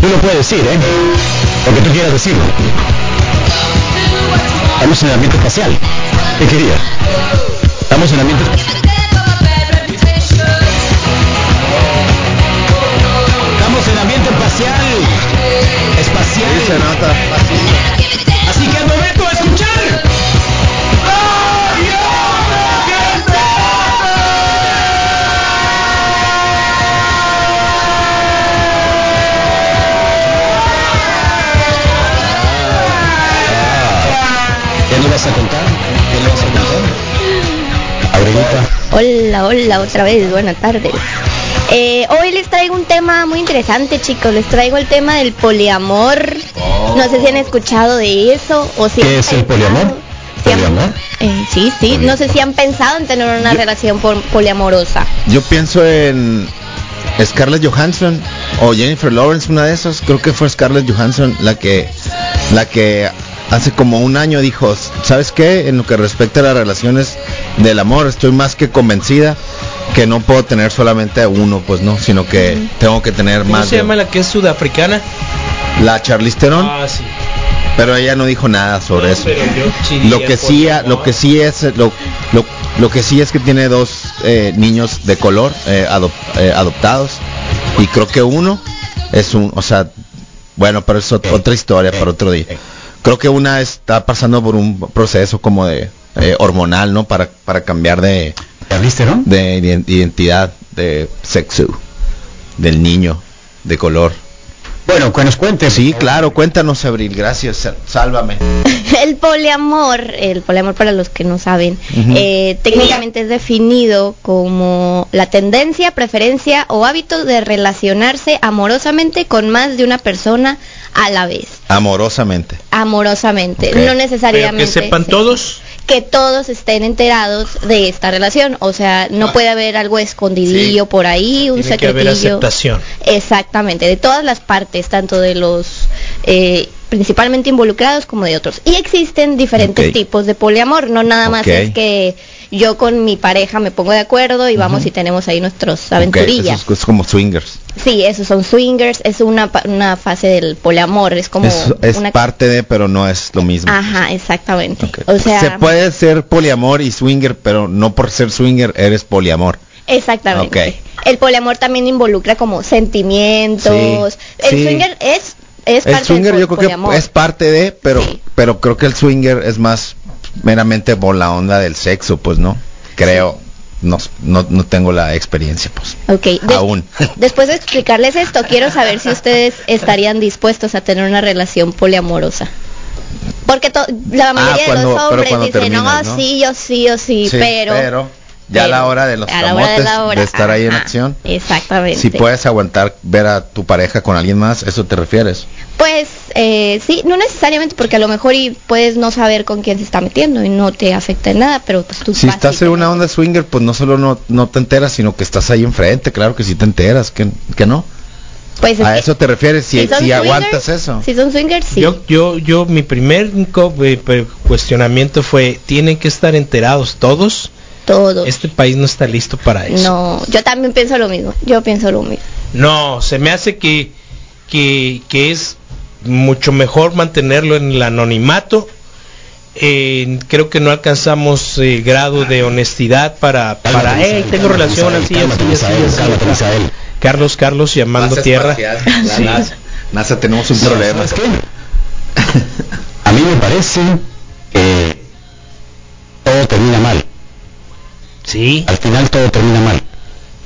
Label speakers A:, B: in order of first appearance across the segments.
A: tú lo puedes decir, ¿eh? Lo que tú quieras decirlo. Estamos en el ambiente espacial. ¿Qué querías? Estamos en el ambiente espacial. Estamos en ambiente espacial. Espacial.
B: Dice Nata.
A: Así que es momento de escuchar. ¿Qué nos vas a contar? ¿Qué nos vas a contar? Aurelita.
C: Hola, hola, otra vez, buenas tardes. Eh, hoy les traigo un tema muy interesante, chicos. Les traigo el tema del poliamor. No sé si han escuchado de eso o si.
A: Oh. ¿Qué
C: han
A: es el poliamor?
C: si han-
A: ¿Poliamor?
C: eh, sí, sí. No sé si han pensado en tener una
B: Yo-
C: relación pol- poliamorosa.
B: Yo pienso en Scarlett Johansson o Jennifer Lawrence, una de esas. Creo que fue Scarlett Johansson la que, la que hace como un año dijo, ¿sabes qué? En lo que respecta a las relaciones del amor, estoy más que convencida que no puedo tener solamente a uno, pues no, sino que tengo que tener
D: ¿Cómo
B: más.
D: se
B: de-
D: llama la que es sudafricana?
B: La Charlize Theron,
D: Ah, sí.
B: pero ella no dijo nada sobre
D: No,
B: eso.
D: pero yo sí
B: lo
D: diría
B: que sí
D: poliamor.
B: lo que sí es lo, lo, lo que sí es que tiene dos eh, niños de color eh, adop- eh, adoptados y creo que uno es un o sea bueno pero es ot- otra historia para otro día creo que una está pasando por un proceso como de eh, hormonal no para para cambiar de,
A: ¿Ya viste, no?
B: de ident- identidad de sexo del niño de color
A: Bueno, que nos cuentes.
B: sí claro cuéntanos abril gracias sá- sálvame
C: El poliamor, el poliamor para los que no saben,
B: Ujú.
C: eh, técnicamente es definido como la tendencia, preferencia o hábito de relacionarse amorosamente con más de una persona a la vez.
B: amorosamente
C: Amorosamente,
B: Ok.
C: no
D: Pero
C: necesariamente.
D: que sepan
C: sí,
D: todos.
C: Que todos estén enterados de esta relación. O sea, no puede haber algo escondidillo
B: Ah. Sí.
C: por ahí, un
D: Tiene que haber
C: secretillo.
D: aceptación.
C: Exactamente, de todas las partes, tanto de los eh, principalmente involucrados como de otros. Y existen diferentes
B: Ok.
C: tipos de poliamor, no nada más
B: Ok.
C: es que yo con mi pareja me pongo de acuerdo y vamos y tenemos ahí nuestros
B: Ok,
C: aventurillas.
B: eso es- es como swingers
C: Sí, esos son swingers, es una, pa- una fase del poliamor, es como
B: es, es
C: una...
B: parte de, pero no es lo mismo.
C: Ajá, exactamente.
B: Ok.
C: O sea,
B: se puede ser poliamor y swinger, pero no por ser swinger eres poliamor.
C: Exactamente.
B: Ok.
C: El poliamor también involucra como sentimientos.
B: Sí,
C: el
B: sí.
C: swinger es, es
B: El
C: parte
B: swinger
C: del
B: yo
C: pol-
B: creo
C: poliamor.
B: que es parte de, pero
C: Sí.
B: pero creo que el swinger es más meramente por la onda del sexo, pues no. Creo, no, no, no tengo la experiencia, pues.
C: Ok, des-
B: Aún.
C: Después de explicarles esto, quiero saber si ustedes estarían dispuestos a tener una relación poliamorosa. Porque to- la mayoría de
B: Ah, cuando-
C: los
B: pero
C: hombres
B: cuando
C: dicen,
B: terminas,
C: no,
B: ¿no?
C: sí, yo sí, yo sí,
B: Sí,
C: pero,
B: ya a la
C: pero
B: hora de los
C: a la hora de
B: camotes,
C: la
B: de,
C: hora,
B: estar ahí en
C: ajá,
B: acción,
C: Exactamente.
B: si puedes aguantar ver a tu pareja con alguien más, ¿eso te refieres?
C: Pues eh, sí, no necesariamente, porque a lo mejor y puedes no saber con quién se está metiendo y no te afecta en nada, pero pues tú
B: Si
C: vas y
B: estás
C: te
B: en una
C: metes.
B: onda swinger, pues no solo no, no te enteras, sino que estás ahí enfrente, claro que sí te enteras, que, que no.
C: Pues es
B: A
C: que
B: Ah, eso te refieres, si,
C: son
B: si
C: swingers-
B: aguantas eso.
C: Si son swingers, sí.
D: Yo, yo, yo, mi primer co- eh, pe- cuestionamiento fue, tienen que estar enterados todos.
C: Todos.
D: Este país no está listo para eso.
C: No, yo también pienso lo mismo. Yo pienso lo mismo.
D: No, se me hace que, que, que es mucho mejor mantenerlo en el anonimato. Eh, creo que no alcanzamos el grado de honestidad para, para
A: Cálmate,
D: "Hey,
A: Misael,
D: tengo
A: cálmate,
D: relación
A: Misael,
D: así,
A: cálmate,
D: así, así,
A: Misael,
D: así".
A: cálmate, Misael.
D: Carlos Carlos llamando tierra. Sí.
B: NASA, tenemos un
A: No,
B: problema.
A: ¿sabes qué? A mí me parece que todo termina mal.
D: Sí,
A: Al final todo termina mal.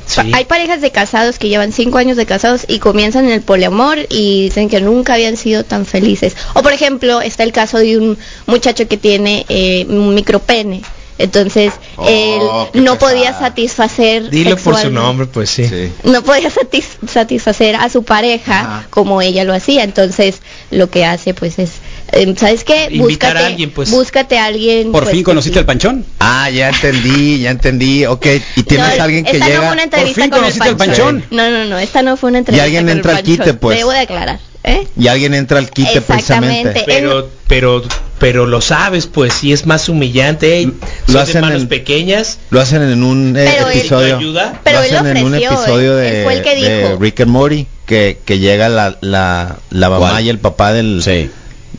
D: sí.
C: Hay parejas de casados que llevan cinco años de casados y comienzan en el poliamor y dicen que nunca habían sido tan felices. O por ejemplo, está el caso de un muchacho que tiene eh, un micropene. Entonces,
B: Oh, qué
C: él no
B: pesada.
C: podía satisfacer
D: Dile por su
C: sexualmente.
D: nombre, pues sí.
B: Sí.
C: no podía satis- satisfacer a su pareja
B: Ajá.
C: como ella lo hacía. Entonces, lo que hace pues es, em, ¿sabes qué?
D: Invitar a alguien, pues.
C: búscate a alguien.
E: Por
C: pues,
E: fin
C: que sí.
E: conociste al panchón.
B: Ah, ya entendí, ya entendí. Ok, y tienes
C: No,
B: alguien que
C: esta no
B: llega.
C: fue una entrevista
E: fin
C: con el
E: conociste al
C: panchón.
E: Panchón.
C: No, no, no, esta no fue una entrevista.
B: alguien
C: con el
B: entra al
C: Panchón.
B: quite, pues.
C: Debo de aclarar, ¿eh?
B: Oh, y alguien entra al quite precisamente.
C: Exactamente.
D: Pero, pero, pero lo sabes, pues sí es más humillante. Ey,
B: Lo
D: son de
B: hacen
D: manos
B: en-
D: pequeñas.
B: Lo hacen en un eh,
C: Pero él-
B: episodio.
D: ¿Ayuda?
C: Pero
B: lo
C: él
B: hacen en un
C: ofreció,
B: episodio
C: él- él
B: de,
C: fue el que
B: de
C: dijo.
B: Rick and Morty. que, que llega la, la, la mamá
A: ¿Cuál?
B: y el papá del,
A: Sí.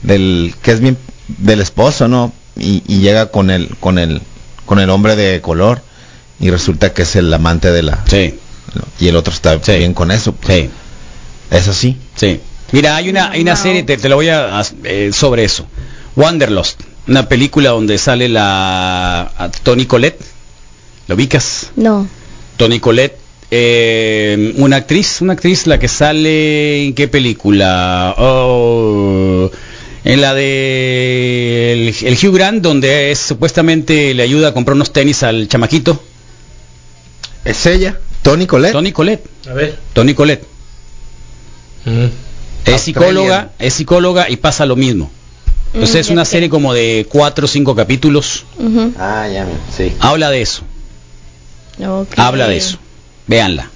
B: del que es bien del esposo, ¿no? Y, y llega con el con el con el hombre de color y resulta que es el amante de la
A: Sí.
B: y el otro está
A: Sí.
B: bien con eso. pues.
A: Sí.
B: Es así.
A: Sí. Mira, hay una, hay una serie, te, te la voy a, a- eh, sobre eso. Wanderlust, una película donde sale la a Tony Colette. ¿Lo ubicas?
C: No.
A: Tony Colette, eh, una actriz, una actriz la que sale en qué película? Oh, en la de el, el Hugh Grant, donde es, supuestamente le ayuda a comprar unos tenis al chamaquito.
B: Es ella, Tony Colette.
A: Tony Colette,
D: A ver.
A: Tony Colette.
D: Mm.
A: Es
B: Australian.
A: psicóloga, es psicóloga y pasa lo mismo. Entonces
C: Mm,
A: es
C: ya
A: una
C: sé.
A: serie como de cuatro o cinco capítulos.
C: Ujú.
B: Ah, ya, sí.
A: Habla de eso,
C: Ok.
A: habla de eso. Véanla.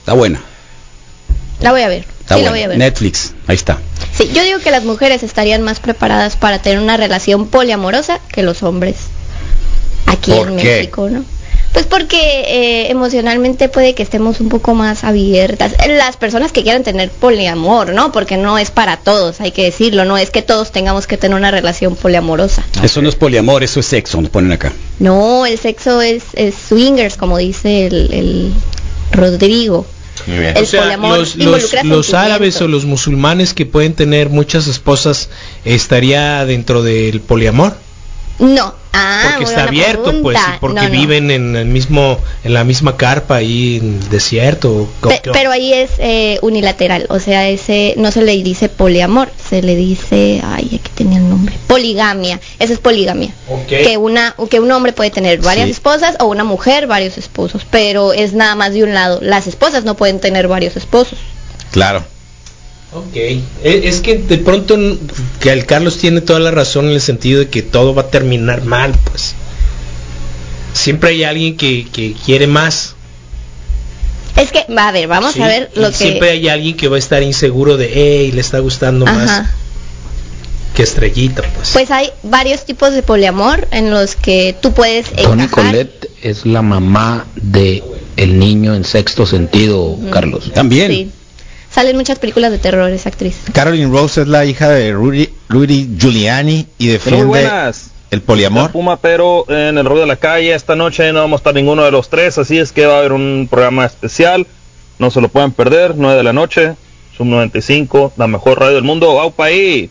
A: Está buena,
C: La voy a ver.
A: está
C: sí,
A: buena.
C: la voy a ver.
A: Netflix, ahí está.
C: Sí, yo digo que las mujeres estarían más preparadas para tener una relación poliamorosa que los hombres. Aquí
B: ¿Por
C: en
B: qué?
C: México, ¿no? Pues porque eh, emocionalmente puede que estemos un poco más abiertas. Eh, Las personas que quieran tener poliamor, ¿no? Porque no es para todos, hay que decirlo. No es que todos tengamos que tener una relación poliamorosa.
A: Eso no es poliamor, eso es sexo, nos ponen acá.
C: No, el sexo es, es swingers, como dice el, el Rodrigo.
B: Muy bien.
C: El
D: O sea,
C: poliamor
D: los, los-
C: involucra
D: los
C: sentimientos.
D: árabes o los musulmanes que pueden tener muchas esposas estaría dentro del poliamor
C: No. Ah,
D: porque
C: muy
D: está
C: buena
D: abierto pues
C: pregunta.
D: y porque
C: No, no.
D: viven en el mismo en la misma carpa ahí en el desierto o-
C: Pe-
D: o-
C: pero ahí es eh, unilateral, o sea, ese no se le dice poliamor, se le dice, ay, aquí tenía el nombre, poligamia, eso es poligamia.
D: Ok.
C: Que una que un hombre puede tener varias
A: Sí.
C: esposas o una mujer varios esposos, pero es nada más de un lado. Las esposas no pueden tener varios esposos.
B: Claro.
D: Ok, E- es que de pronto n- que el Carlos tiene toda la razón en el sentido de que todo va a terminar mal, pues. Siempre hay alguien que, que quiere más.
C: Es que va a ver, vamos
D: ¿sí?
C: a ver lo
D: Y
C: que
D: Siempre hay alguien que va a estar inseguro de, hey, le está gustando más
C: Ajá.
D: que estrellita, pues.
C: Pues hay varios tipos de poliamor en los que tú puedes
E: Toni
C: encajar.
E: Colette es la mamá de el niño en sexto sentido, Carlos.
A: También.
C: Sí. Salen muchas películas de terror esa actriz.
B: Caroline Rose es la hija de Rudy, Rudy Giuliani y
F: Muy
B: defiende
F: buenas.
B: el poliamor.
F: La Puma, pero en el rollo de la calle esta noche no vamos a estar ninguno de los tres, así es que va a haber un programa especial. No se lo pueden perder, 9 de la noche, Sub 95, la mejor radio del mundo. ¡Au, país!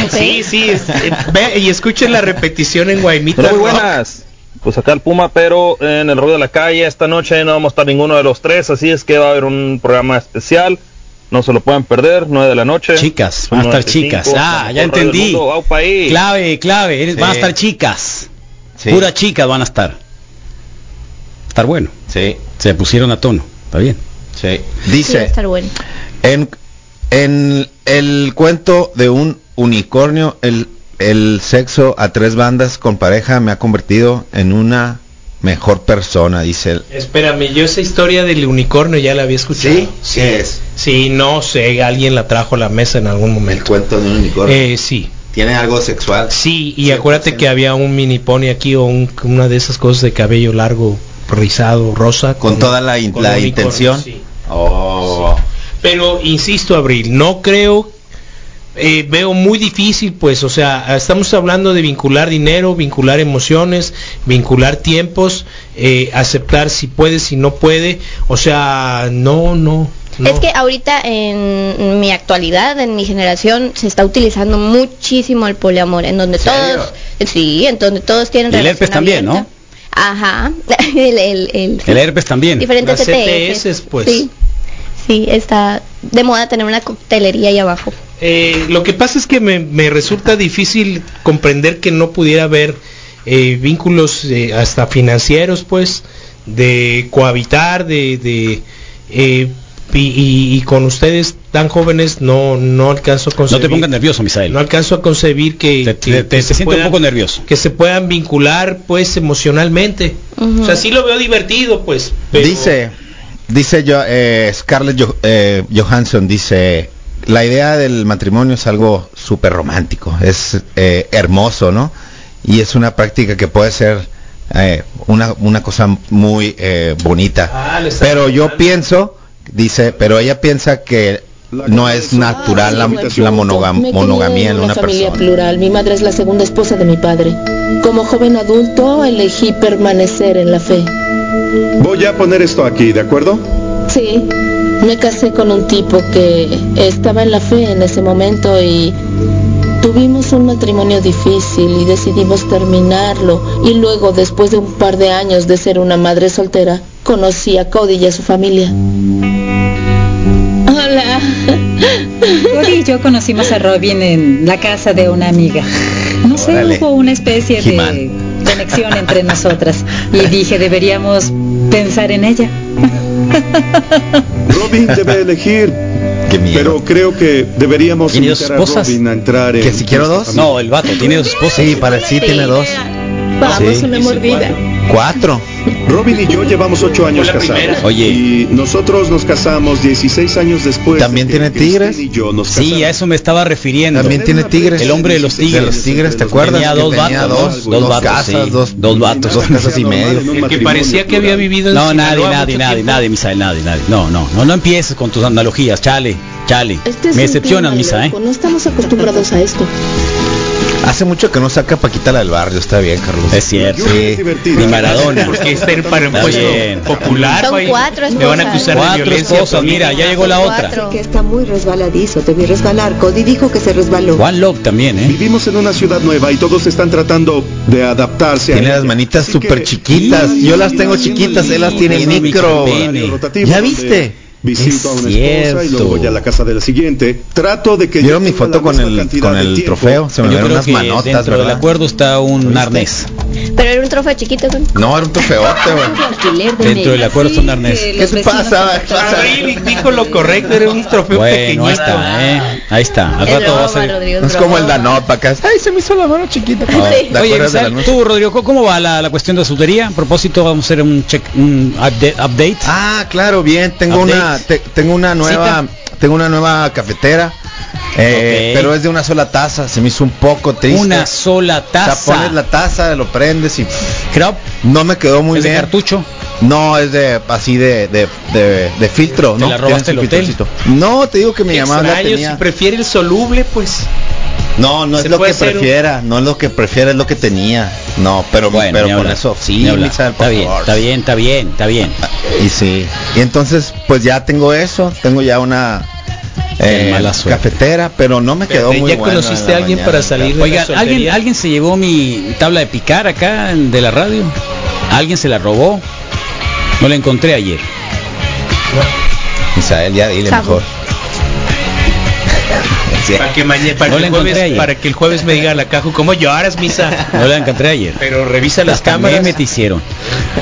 C: pues,
D: sí, sí, es- eh, ve y escuchen la repetición en Guaymita.
F: Muy
D: Rock.
F: buenas. Pues acá el Puma, pero en el rollo de la calle esta noche no vamos a estar ninguno de los tres, así es que va a haber un programa especial. No se lo pueden perder, 9 de la noche.
A: Chicas,
F: Son
A: van a estar
F: 95,
A: chicas. Ah,
F: la
A: ya
F: mejor radio del
A: entendí.
F: mundo. ¡Au, país!
A: Clave, clave, eres- van a
B: Sí.
A: estar chicas.
B: Sí.
A: Puras chicas van a estar. Estar bueno.
B: Sí,
A: Se pusieron a tono, está bien.
B: sí.
C: Sí, va a
B: Dice,
C: estar bueno.
B: en, en el cuento de un unicornio, el, el sexo a tres bandas con pareja me ha convertido en una mejor persona, dice él.
D: Espérame, yo esa historia del unicornio ya la había escuchado.
B: sí es.
D: Sí, no sé, alguien la trajo a la mesa en algún momento.
B: cuento de un unicornio.
D: Eh, sí.
B: Tiene algo sexual.
D: Sí, y acuérdate que había un mini pony aquí o un- una de esas cosas de cabello largo, rizado, rosa.
B: Con toda la, in-
D: con
B: la
D: unicornio,
B: intención.
D: sí.
B: Oh.
D: Pero insisto, Abril, no creo, eh, veo muy difícil, pues, o sea, estamos hablando de vincular dinero, vincular emociones, vincular tiempos, eh, aceptar si puede, si no puede, o sea, no, no. no.
C: Es que ahorita en mi actualidad, en mi generación, se está utilizando muchísimo el poliamor, en donde todos, sí, en donde todos tienen
A: Y el herpes también,
C: abierta. Ajá, el, el, el-
A: El herpes también.
C: diferentes
D: Las
C: CTS,
D: CTS, pues.
C: Sí, sí, está de moda tener una coctelería ahí abajo.
D: Eh, lo que pasa es que me, me resulta difícil comprender que no pudiera haber eh, vínculos eh, hasta financieros, pues, de cohabitar, de, de eh, y, y- y con ustedes tan jóvenes no no alcanzo a
A: No
D: concebir,
A: te pongas nervioso, Misael.
D: no alcanzo a concebir que
A: te,
D: que-
A: te- te-
D: que
A: te
D: se
A: siento un
D: puedan-
A: poco nervioso.
D: que se puedan vincular, pues, emocionalmente.
C: Ujú.
D: O sea, sí lo veo divertido, pues. pero-
B: Dice, dice yo, eh, Scarlett Jo- eh, Johansson, dice, la idea del matrimonio es algo súper romántico, es eh, hermoso, ¿no? Y es una práctica que puede ser eh, una, una cosa muy eh, bonita.
D: Ah, le está
B: pero yo
D: dando.
B: pienso, dice, pero ella piensa que no es natural la, la monogam-
G: Me crié
B: monogamia en una
G: familia
B: persona.
G: plural. Mi madre es la segunda esposa de mi padre. Como joven adulto elegí permanecer en la fe.
H: Voy a poner esto aquí, ¿de acuerdo?
G: Sí, me casé con un tipo que estaba en la fe en ese momento y tuvimos un matrimonio difícil y decidimos terminarlo. Y luego, después de un par de años de ser una madre soltera, conocí a Cody y a su familia. Hola.
I: Cody y yo conocimos a Robin en la casa de una amiga. No sé,
B: Órale.
I: hubo una especie de
B: He-Man.
I: conexión entre nosotras y dije deberíamos pensar en ella.
H: Robin debe elegir,
B: Qué miedo.
H: pero creo que deberíamos
A: ¿Tiene dos
H: invitar a
A: esposas?
H: Robin a entrar en
B: ¿Que si quiero dos?
A: Este, No, el vato tiene dos esposas.
B: Sí, para sí tiene dos.
G: Vamos,
B: Sí.
G: una mordida.
B: Cuatro.
H: Robin y yo llevamos ocho años
D: Fue la
H: casados.
D: primera.
A: Oye.
H: Y nosotros nos casamos 16 años después.
B: ¿También
H: de que
B: tiene
H: Christine
B: tigres?
H: Y yo nos
A: Sí, a eso me estaba refiriendo.
B: También tiene tigres.
A: El hombre de los tigres.
B: De los tigres, ¿te
H: Tenía
B: acuerdas?
A: Tenía
B: Que
A: dos
B: tenía
A: vatos,
B: dos, dos casas,
A: sí.
B: dos,
A: dos vatos.
B: vatos, dos casas y medio.
D: El que parecía que había vivido en
A: No, nadie,
D: Sinaloa
A: nadie,
D: mucho
A: nadie,
D: tiempo.
A: nadie, Misael, nadie, nadie. No, no, no, no empieces con tus analogías, chale, chale.
G: Este es
A: Me
G: un
A: decepcionas,
G: clima
A: Misa, ¿eh?
G: loco, No estamos acostumbrados a esto.
B: Hace mucho que no saca Paquita la del barrio, está bien, Carlos.
A: Es cierto.
B: Sí.
A: Ni Maradona.
D: Porque está en para un
A: Está
D: puesto
A: bien.
D: popular.
C: Son
D: güey.
C: cuatro
D: Me van a
C: esposas.
D: acusar de
A: Cuatro
D: violencia.
A: esposas,
D: también.
A: mira, ya llegó la otra.
C: Cuatro.
J: Que está muy resbaladizo, te vi resbalar. Cody dijo que se resbaló.
A: One Love también, ¿eh?
H: Vivimos en una ciudad nueva y todos están tratando de adaptarse. a
B: Tiene
H: ella.
B: las manitas
H: Así
B: súper
H: que-
B: chiquitas. Yo las tengo chiquitas, él las tiene
A: Tiene
B: micro.
A: micropene.
H: Rotativo,
B: ¿Ya
H: donde
B: viste?
A: Es
H: Visito a una esposa y
A: cierto.
H: luego voy a la casa de la siguiente. Trato de que yo
B: ¿Vieron mi foto con el, con el trofeo? Se me
A: Yo
B: dieron
A: creo
B: unas
A: que
B: manotas,
A: dentro del
B: ¿verdad?
A: acuerdo está un arnés.
C: Pero era un trofeo chiquito. ¿no?
B: No, era un trofeote, güey.
A: Dentro del acuerdo está un arnés.
B: ¿Qué pasa? ¿Qué pasa?
D: Ay, Ah, dijo lo correcto, era un trofeo
A: Bueno, ahí
D: pequeñito.
A: está, ¿eh? Ahí está. Al
C: Es
A: rato va a
C: broma,
A: ser.
C: Rodrigo,
B: No es como
C: broma.
B: el Danop acá. Ay, se me hizo la mano chiquita. No,
C: Sí.
B: Ah, ¿Te
A: Oye,
B: acuerdas de la
A: Misael,
B: noche?
A: tú, Rodrigo, ¿cómo- ¿cómo va la, la cuestión de la soltería? A propósito, vamos a hacer un check, un update. update.
B: Ah, claro, bien. Tengo
A: Update.
B: una, te- tengo una nueva, tengo una nueva cafetera. eh,
A: Ok.
B: Pero es de una sola taza. Se me hizo un poco triste.
A: una sola
B: O sea,
A: taza.
B: pones la taza, lo prendes y pff,
A: Crop,
B: no me quedó muy
A: el de
B: bien.
A: cartucho.
B: No, es de así de, de, de, de filtro,
A: ¿Te
B: ¿no?
A: la robaste
B: Tiene su
A: el hotel?
B: filtrocito. No, te digo que mi llamada la
D: Extraño, si
B: tenía.
D: prefiere el soluble, pues.
B: No, no es
D: se
B: lo
D: puede
B: que
D: hacer un-
B: prefiera, no es lo que prefiera, es lo que tenía. No, pero
A: Bueno,
B: pero
A: ni
B: con
A: hablar,
B: eso sí,
A: ni hablar.
B: Misael, por
A: está bien,
B: favor. Ah.
A: está bien, está bien, está bien.
B: Y sí. Y entonces, pues ya tengo eso, tengo ya una
A: Qué
B: eh,
A: mala suerte.
B: cafetera, pero no me quedó
D: Espérate,
B: muy
D: ¿ya
B: bueno en
D: conociste
B: la
D: a alguien
B: mañana,
D: para salir?
B: claro.
A: Oiga,
D: la
A: ¿alguien,
D: soltería.
A: alguien se llevó mi tabla de picar acá de la radio. Alguien se la robó. No la encontré ayer.
B: Misael, ya dile
C: Sajo.
B: mejor. Sí.
D: Para que, mañana, para,
A: No
D: que
A: la
D: el
A: encontré
D: jueves,
A: ayer.
D: para que el jueves me diga la caja, ¿cómo lloras,
A: No
D: misa?
A: la encontré ayer.
D: Pero revisa las
A: Hasta
D: cámaras.
A: memes te hicieron.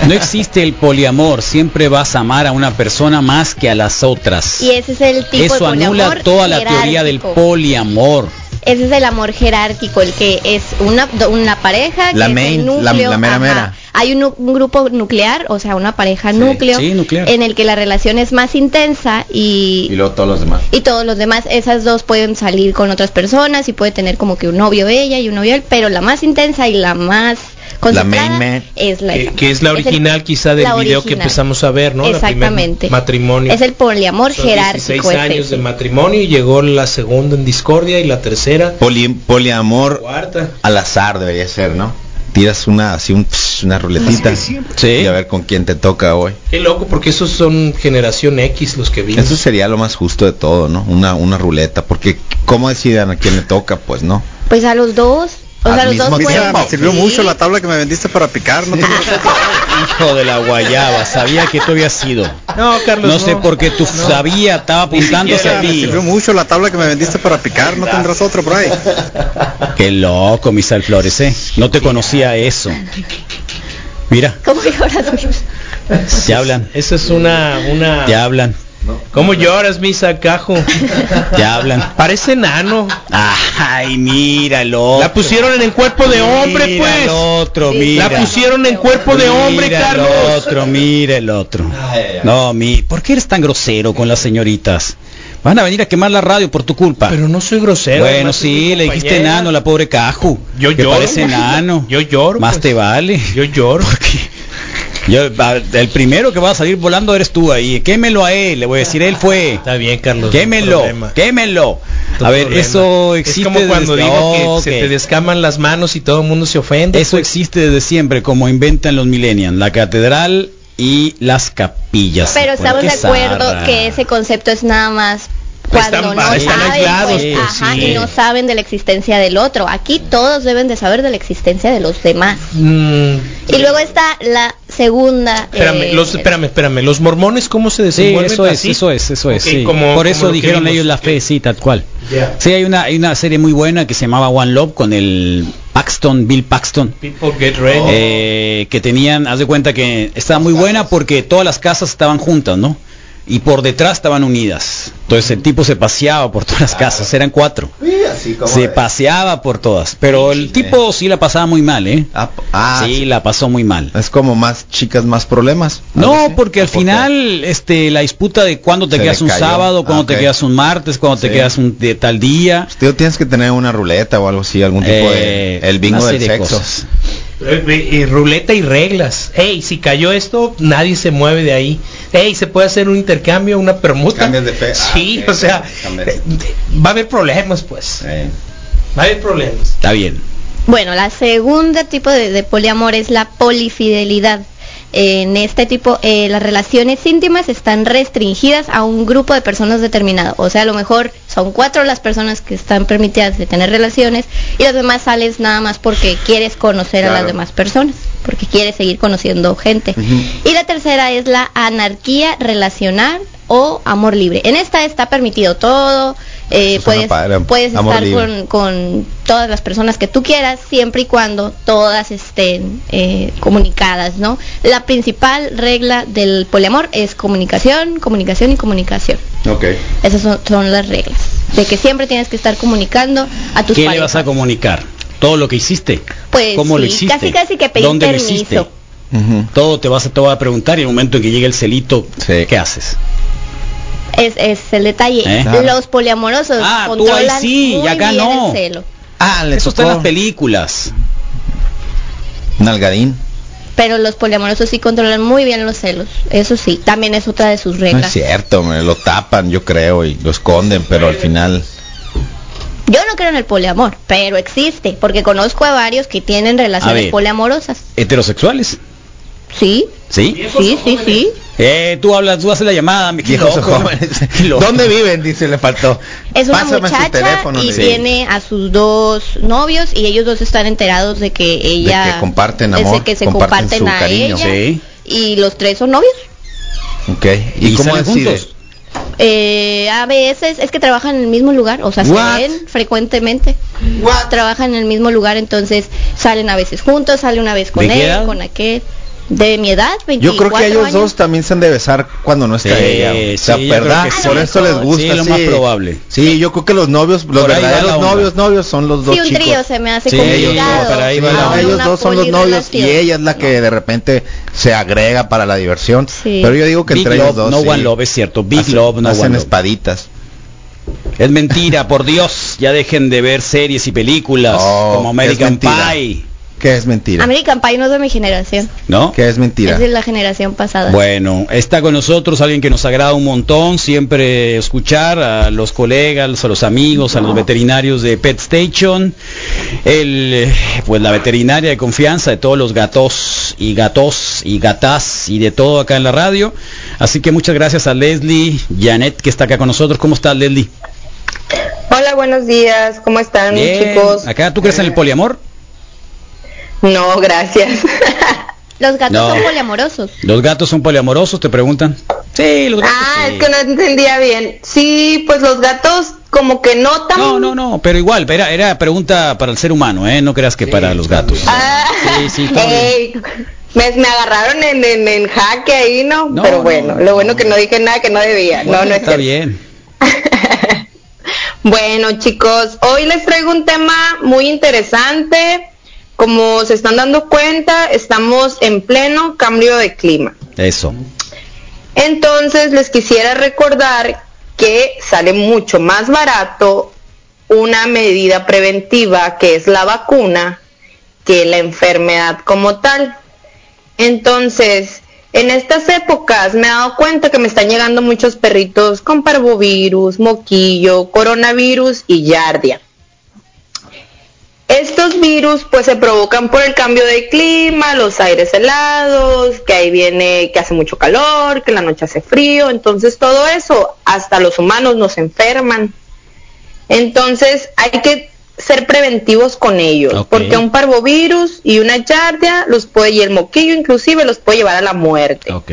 A: No existe el poliamor. Siempre vas a amar a una persona más que a las otras.
C: Y ese es el tipo de
A: Eso anula
C: poliamor
A: toda la teoría del
C: jerárquico.
A: poliamor.
C: Ese es el amor jerárquico, el que es una, do- una pareja, que
B: La
C: es el
B: main, la- la mera
C: ajá.
B: mera.
C: Hay un, nu- un grupo nuclear, o sea, una pareja
B: Sí,
C: núcleo,
A: sí, nuclear.
C: en el que la relación es más intensa
B: Y
C: y,
B: luego todos los demás.
C: y todos los demás, esas dos pueden salir con otras personas y puede tener como que un novio ella y un novio él, pero la más intensa y la más concentrada
B: main man.
C: es la
D: Que,
C: esa.
D: que es la
C: el-
D: original quizá del
C: la
D: video que
C: original.
D: empezamos a ver, ¿no? La primer
C: Exactamente.
D: matrimonio.
C: Es el poliamor
D: Son
C: jerárquico. este.
D: 16
C: es
D: años
C: ese.
D: de matrimonio y llegó la segunda en discordia y la tercera,
B: Poli- poliamor
D: cuarta.
B: al azar debería ser, ¿no? Tiras una así un, pss, una ruletita y a ver con quién te toca hoy.
D: Qué loco, porque esos son generación X los que vimos.
B: Eso sería lo más justo de todo, ¿no? Una una ruleta, porque cómo decidan a quién le toca, pues, ¿no?
C: Pues a los dos. O sea,
B: Al
C: los
B: mismo
C: dos pueden-
B: tiempo.
K: Sirvió
C: Sí.
K: mucho la tabla que me vendiste para picar, no tengo
A: Hijo de la guayaba, sabía que tú habías sido.
D: No, Carlos.
A: No sé por qué tú sabía, estaba apuntando hacia
K: otra. Me
A: ti.
K: sirvió mucho la tabla que me vendiste para picar, no tendrás otro por ahí.
A: Qué loco, Misael Flores, ¿eh? No te conocía eso. Mira,
C: ¿Cómo lloras?
D: Pues,
A: te hablan,
D: Esa es una una
A: te hablan,
D: ¿Cómo lloras, misa cajo?
A: te hablan.
D: Parece nano.
A: Ay, míralo.
D: La pusieron en el cuerpo de hombre,
A: Mira
D: pues.
A: el otro, mira.
D: La pusieron en cuerpo de hombre,
A: Mira
D: Carlos.
A: el otro, mira el otro. No, mi, ¿por qué eres tan grosero con las señoritas? Van a venir a quemar la radio por tu culpa.
D: Pero no soy grosero.
A: Bueno, sí, le dijiste enano a la pobre Caju.
D: Yo
A: que
D: lloro. pues.
A: parece enano.
D: Yo lloro.
A: Más
D: pues.
A: te vale.
D: Yo lloro.
A: Yo, a- el primero que va a salir volando eres tú ahí. Quémelo a él, le voy a decir, él fue.
D: Está bien, Carlos.
A: Quémelo,
D: no hay problema.
A: quémelo.
D: No
A: A
D: hay
A: ver,
D: problema.
A: eso existe.
D: Es como cuando
A: desde-
D: digo que
A: Ok.
D: se te descaman las manos y todo el mundo se ofende.
A: Eso existe desde siempre, como inventan los millennials, la catedral y las capillas.
C: Pero
A: Bueno,
C: estamos
A: qué
C: de acuerdo
A: zarra.
C: que ese concepto es nada más
D: Pues
C: cuando
D: están-
C: no
D: están
C: saben,
D: aislados,
C: pues,
D: pues,
C: ajá,
D: sí.
C: y no saben de la existencia del otro. Aquí todos deben de saber de la existencia de los demás.
D: Mm,
C: Y luego está la segunda.
D: espérame,
C: eh,
D: los, espérame, espérame. Los mormones, ¿cómo se
A: Sí,
D: desenvuelven?
A: eso es,
D: así?
A: eso es, eso es.
D: Ok,
A: sí.
D: como-
A: Por
D: como
A: eso
D: lo que
A: dijeron
D: vimos. eh.
A: ellos la fe, sí, tal cual.
D: Ya.
A: Sí, hay una, hay una serie muy buena que se llamaba One Love con el Paxton, Bill Paxton.
D: People get ready.
A: eh, que tenían, haz de cuenta que estaba muy buena porque todas las casas estaban juntas, ¿no? Y por detrás estaban unidas. Entonces el tipo se paseaba por todas las casas, eran cuatro.
B: Sí, así como
A: Se
B: de-
A: paseaba por todas. Pero el tipo sí la pasaba muy mal, ¿eh?
B: Ah, p- ah,
A: Sí, la pasó muy mal.
B: Es como más chicas, más problemas. Algo
A: No,
B: así.
A: porque al
B: ¿O por qué?
A: final este la disputa de cuándo te
B: Se
A: quedas
B: le
A: un
B: cayó.
A: sábado, cuándo
B: Ah,
A: te
B: ok.
A: quedas un martes, cuándo te
B: Sí.
A: quedas un de tal día.
B: Tío, tienes que tener una ruleta o algo así, algún tipo
A: eh,
B: de... El bingo
A: una
B: del
A: serie de
B: sexo.
A: cosas.
D: Eh, eh, eh, ruleta y reglas. Ey, si cayó esto, nadie se mueve de ahí. Ey, se puede hacer un intercambio, una permuta.
B: Cambios de fe. Ah,
D: Sí,
B: ok,
D: o sea,
B: cambios.
D: eh, va a haber problemas, pues.
B: Eh.
D: Va a haber problemas.
A: Está bien.
C: Bueno, la segunda tipo de, de poliamor es la polifidelidad. En este tipo, eh, las relaciones íntimas están restringidas a un grupo de personas determinado. O sea, a lo mejor son cuatro las personas que están permitidas de tener relaciones y las demás sales nada más porque quieres conocer a
B: Claro.
C: las demás personas, porque quieres seguir conociendo gente.
B: Ujú.
C: Y la tercera es la anarquía relacional o amor libre. En esta está permitido todo. eh,
B: Eso suena
C: puedes
B: padre,
C: puedes
B: amor
C: estar
B: libre.
C: con, con todas las personas que tú quieras, siempre y cuando todas estén eh, comunicadas, ¿no? La principal regla del poliamor es comunicación, comunicación y comunicación.
B: Ok.
C: Esas son, son las reglas. De que siempre tienes que estar comunicando a tus
A: ¿Qué le
C: parejas.
A: vas a comunicar? Todo lo que hiciste.
C: Pues
A: ¿Cómo lo
C: sí,
A: hiciste?
C: casi casi que pedir
A: ¿Dónde lo
C: permiso.
A: hiciste?
B: Ujú.
A: Todo te vas a, te va a preguntar y en el momento en que llegue el celito,
B: Sí.
A: ¿qué haces?
C: Es, es el detalle.
A: ¿Eh?
C: Los poliamorosos
A: Ah, tú ahí
C: controlan
A: sí, y
C: muy
A: acá
C: bien
A: no.
C: el celo.
B: Ah, le
A: Eso está en
B: tocó
A: las películas.
B: Nalgadín.
C: Pero los poliamorosos sí controlan muy bien los celos. Eso sí, también es otra de sus
B: No es
C: reglas.
B: cierto, me lo tapan, yo creo, y lo esconden, pero al final...
C: Yo no creo en el poliamor, pero existe, porque conozco a varios que tienen
A: A
C: relaciones
A: ver.
C: poliamorosas.
A: Heterosexuales.
C: Sí,
A: ¿Sí?
C: sí, sí, sí.
A: Eh, tú hablas, tú haces la llamada, mi
B: Viejos
A: loco.
B: jóvenes.
A: Qué loco.
B: ¿Dónde viven? Dice, le faltó.
C: Es una
B: Pásame su
C: muchacha
B: teléfono,
C: y
B: le digo.
C: tiene a sus dos novios y ellos dos están enterados de que ella...
B: que comparten
C: de
B: amor,
C: que se
B: comparten
C: comparten,
B: su
C: a
B: cariño.
C: ella.
A: Sí.
C: Y los tres son novios.
B: Ok. ¿Y,
A: ¿Y
B: cómo
A: salen
B: decides?
A: juntos?
C: Eh, a veces es que trabajan en el mismo lugar, o sea, se
A: What?
C: ven frecuentemente. Trabajan en el mismo lugar, entonces salen a veces juntos, sale una vez con
A: ¿De qué
C: él,
A: edad?
C: con aquel. De mi edad, 24
B: Yo creo que ellos
C: años.
B: dos también se han de besar cuando no está
A: Sí,
B: ella. O sea,
A: sí, yo
B: ¿verdad?
A: creo que
B: Por
C: sí.
B: eso les gusta.
A: Sí, lo más probable.
B: Sí, yo creo que los novios, los
A: Por ahí va la
B: verdaderos
A: onda.
B: novios, novios son los dos
C: Sí, un
B: chicos.
C: trío se me hace
A: Sí,
C: complicado.
A: ellos dos, pero ahí va
B: Sí,
A: la
B: no,
A: onda.
B: ellos
C: Una
B: dos son los novios y
C: polirrelación.
B: ella es la que de repente se agrega para la diversión.
C: Sí.
B: Pero yo digo que
A: Big
B: entre ellos
A: Love,
B: dos
A: no
B: sí,
A: one love, es cierto. Big
B: hacen,
A: Love, no
B: hacen
A: one love.
B: espaditas.
A: Es mentira, por Dios. Ya dejen de ver series y películas
B: Oh,
A: como
B: es
A: American
B: mentira.
A: Pie.
B: Que es mentira.
C: American Pie no es de mi generación,
A: ¿No?
B: Que es mentira.
C: es de la generación pasada.
A: Bueno, está con nosotros alguien que nos agrada un montón, siempre escuchar a los colegas, a los amigos, a los veterinarios de Pet Station, el, eh, pues la veterinaria de confianza de todos los gatos y gatos y gatas y de todo acá en la radio. Así que muchas gracias a Leslie, Janet que está acá con nosotros. ¿Cómo estás Leslie?
L: Hola, buenos días. ¿Cómo están,
A: Bien.
L: chicos?
A: Acá, ¿tú crees en el poliamor?
L: No, gracias.
C: Los gatos
A: No.
C: son poliamorosos.
A: ¿Los gatos son poliamorosos? ¿Te preguntan? Sí, los gatos.
L: ah,
A: sí.
L: es que no entendía bien. Sí, pues los gatos como que no tan...
A: No, no, no, pero igual, era, era pregunta para el ser humano, ¿eh? No creas que para los gatos.
L: Ah,
A: Sí, sí, está bien.
L: ey, me, me agarraron en, en, en jaque ahí, ¿no?
A: No,
L: Pero bueno,
A: no,
L: lo bueno que no dije nada que no debía.
A: Bueno,
L: no, no es
A: está
L: cierto.
A: bien.
L: Bueno, chicos, hoy les traigo un tema muy interesante. Como se están dando cuenta, estamos en pleno cambio de clima.
A: Eso.
L: Entonces les quisiera recordar que sale mucho más barato una medida preventiva que es la vacuna que la enfermedad como tal. Entonces, en estas épocas me he dado cuenta que me están llegando muchos perritos con parvovirus, moquillo, coronavirus y yardia. Estos virus pues se provocan por el cambio de clima, los aires helados, que ahí viene que hace mucho calor, que en la noche hace frío, entonces todo eso, hasta los humanos nos enferman. Entonces hay que ser preventivos con ellos,
A: Ok.
L: porque un parvovirus y una yardia los puede, y el moquillo inclusive los puede llevar a la muerte.
A: Ok.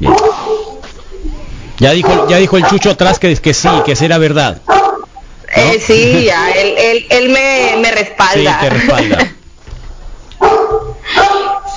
A: bien. Ya dijo, ya dijo el chucho atrás que, que sí, que será verdad.
L: Eh, sí, ya, él, él- él me, me
A: Sí,
L: respalda.
A: te respalda.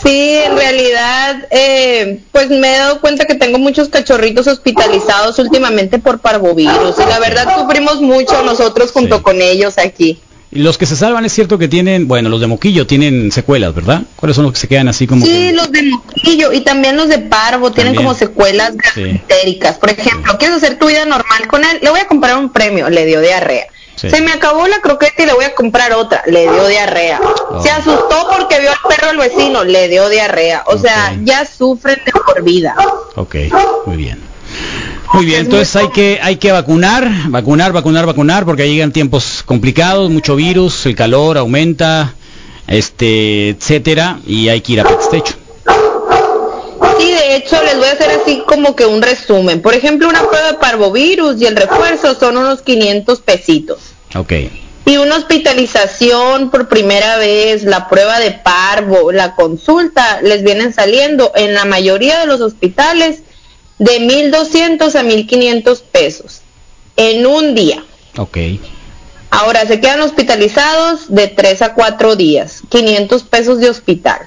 L: Sí, en realidad, eh, pues me he dado cuenta que tengo muchos cachorritos hospitalizados últimamente por parvovirus. Y la verdad sufrimos mucho nosotros junto con ellos aquí.
A: Y Los que se salvan es cierto que tienen, bueno, los de Moquillo tienen secuelas, ¿verdad? ¿Cuáles son los que se quedan así como
L: Sí, los de moquillo y también los de parvo tienen
A: También.
L: como secuelas
A: que- Sí.
L: histéricas. Por ejemplo, ¿quieres hacer tu vida normal con él? Le voy a comprar un premio, le dio diarrea.
A: Sí.
L: Se me acabó la croqueta y le voy a comprar otra, le dio diarrea.
A: Oh.
L: Se asustó porque vio al perro al vecino, le dio diarrea. O sea, ya sufren de por vida.
A: Ok, muy bien. Muy bien, entonces hay que hay que vacunar, vacunar, vacunar, vacunar, porque llegan tiempos complicados, mucho virus, el calor aumenta, este, etcétera, y hay que ir a Pextecho.
L: Y de hecho les voy a hacer así como que un resumen. Por ejemplo, una prueba de parvovirus y el refuerzo son unos 500 pesitos.
A: Ok,
L: Y una hospitalización por primera vez, la prueba de parvo, la consulta, les vienen saliendo en la mayoría de los hospitales de 1.200 a 1.500 pesos en un día.
A: ok.
L: Ahora se quedan hospitalizados de 3 a 4 días, 500 pesos de hospital.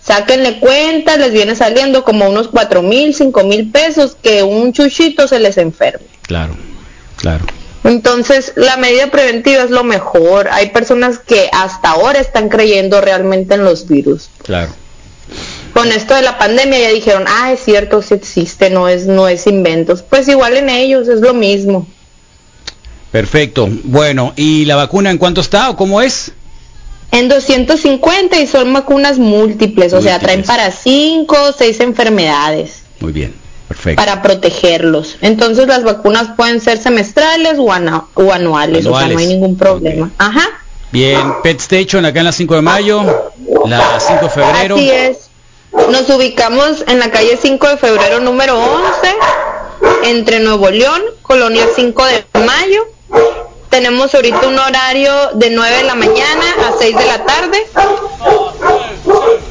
L: Sáquenle cuenta, les viene saliendo como unos 4 mil, 5 mil pesos que un chuchito se les enferme.
A: Claro, claro.
L: Entonces, la medida preventiva es lo mejor. Hay personas que hasta ahora están creyendo realmente en los virus.
A: Claro.
L: Con esto de la pandemia ya dijeron, ah, es cierto, sí existe, no es, no es inventos. Pues igual en ellos es lo mismo.
A: Perfecto. Bueno, ¿y la vacuna en cuánto está o cómo es?
L: En 250 y son vacunas múltiples, o sea, traen para 5 o 6 enfermedades
A: Muy bien, perfecto.
L: para protegerlos. Entonces las vacunas pueden ser semestrales o, ana- o anuales, o sea, no
A: Anuales.
L: hay ningún problema. Ajá,
A: Bien, Pet Station acá en la 5 de mayo, la 5 de febrero.
L: así es. Nos ubicamos en la calle 5 de febrero número 11, entre Nuevo León, Colonia 5 de mayo. Tenemos ahorita un horario de 9 de la mañana a 6 de la tarde.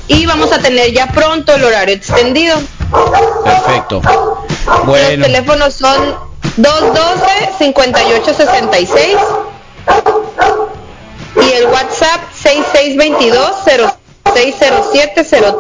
L: Y vamos a tener ya pronto el horario extendido.
A: Perfecto.
L: Los
A: Bueno,
L: teléfonos son 212-5866 y el WhatsApp 6622-060703.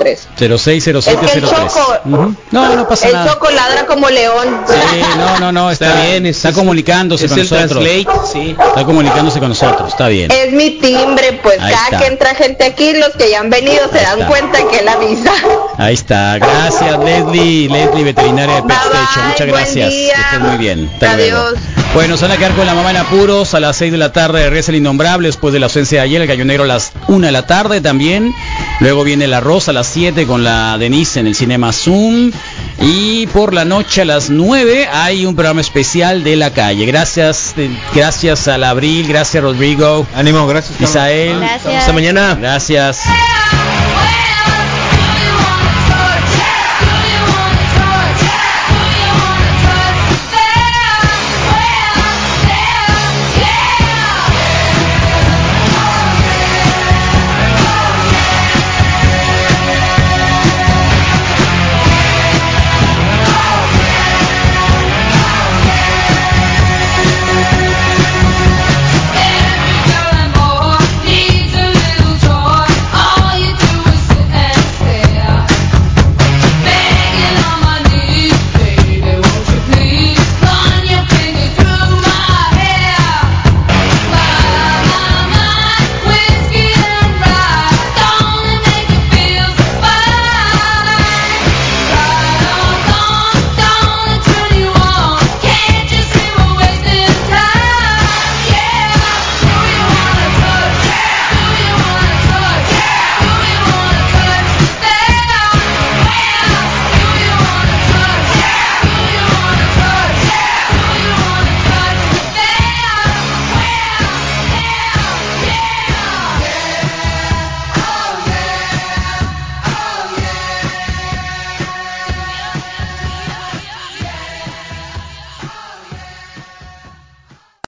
L: Es que el
A: 060703.
L: Choco,
A: Ujú. No, no pasa
L: el
A: nada.
L: Choco ladra como león.
A: Sí, no, no, no, está, bien, está comunicándose
D: es
A: con
D: el
A: nosotros.
D: translate, sí.
A: Está comunicándose con nosotros, está bien.
L: Es mi timbre, pues
A: Ahí
L: cada
A: está.
L: que entra gente aquí, los que ya han venido se dan
A: está.
L: cuenta que él avisa.
A: Ahí está. Gracias, Leslie, Leslie veterinaria de Pet Station. Muchas
L: buen
A: gracias.
L: día.
A: Que estés muy bien. Hasta
L: Adiós.
A: luego. Bueno, se van a quedar con la mamá en apuros a las 6 de la tarde, regresa el innombrable después de la ausencia de ayer, el gallonero a las 1 de la tarde también. Luego viene la Rosa a las 7 con la Denise en el Cinema Zoom. Y por la noche a las 9 hay un programa especial de la calle. Gracias, eh, gracias al Abril, gracias Rodrigo. Ánimo, gracias. Isael.
C: Gracias. Hasta
A: mañana. Gracias.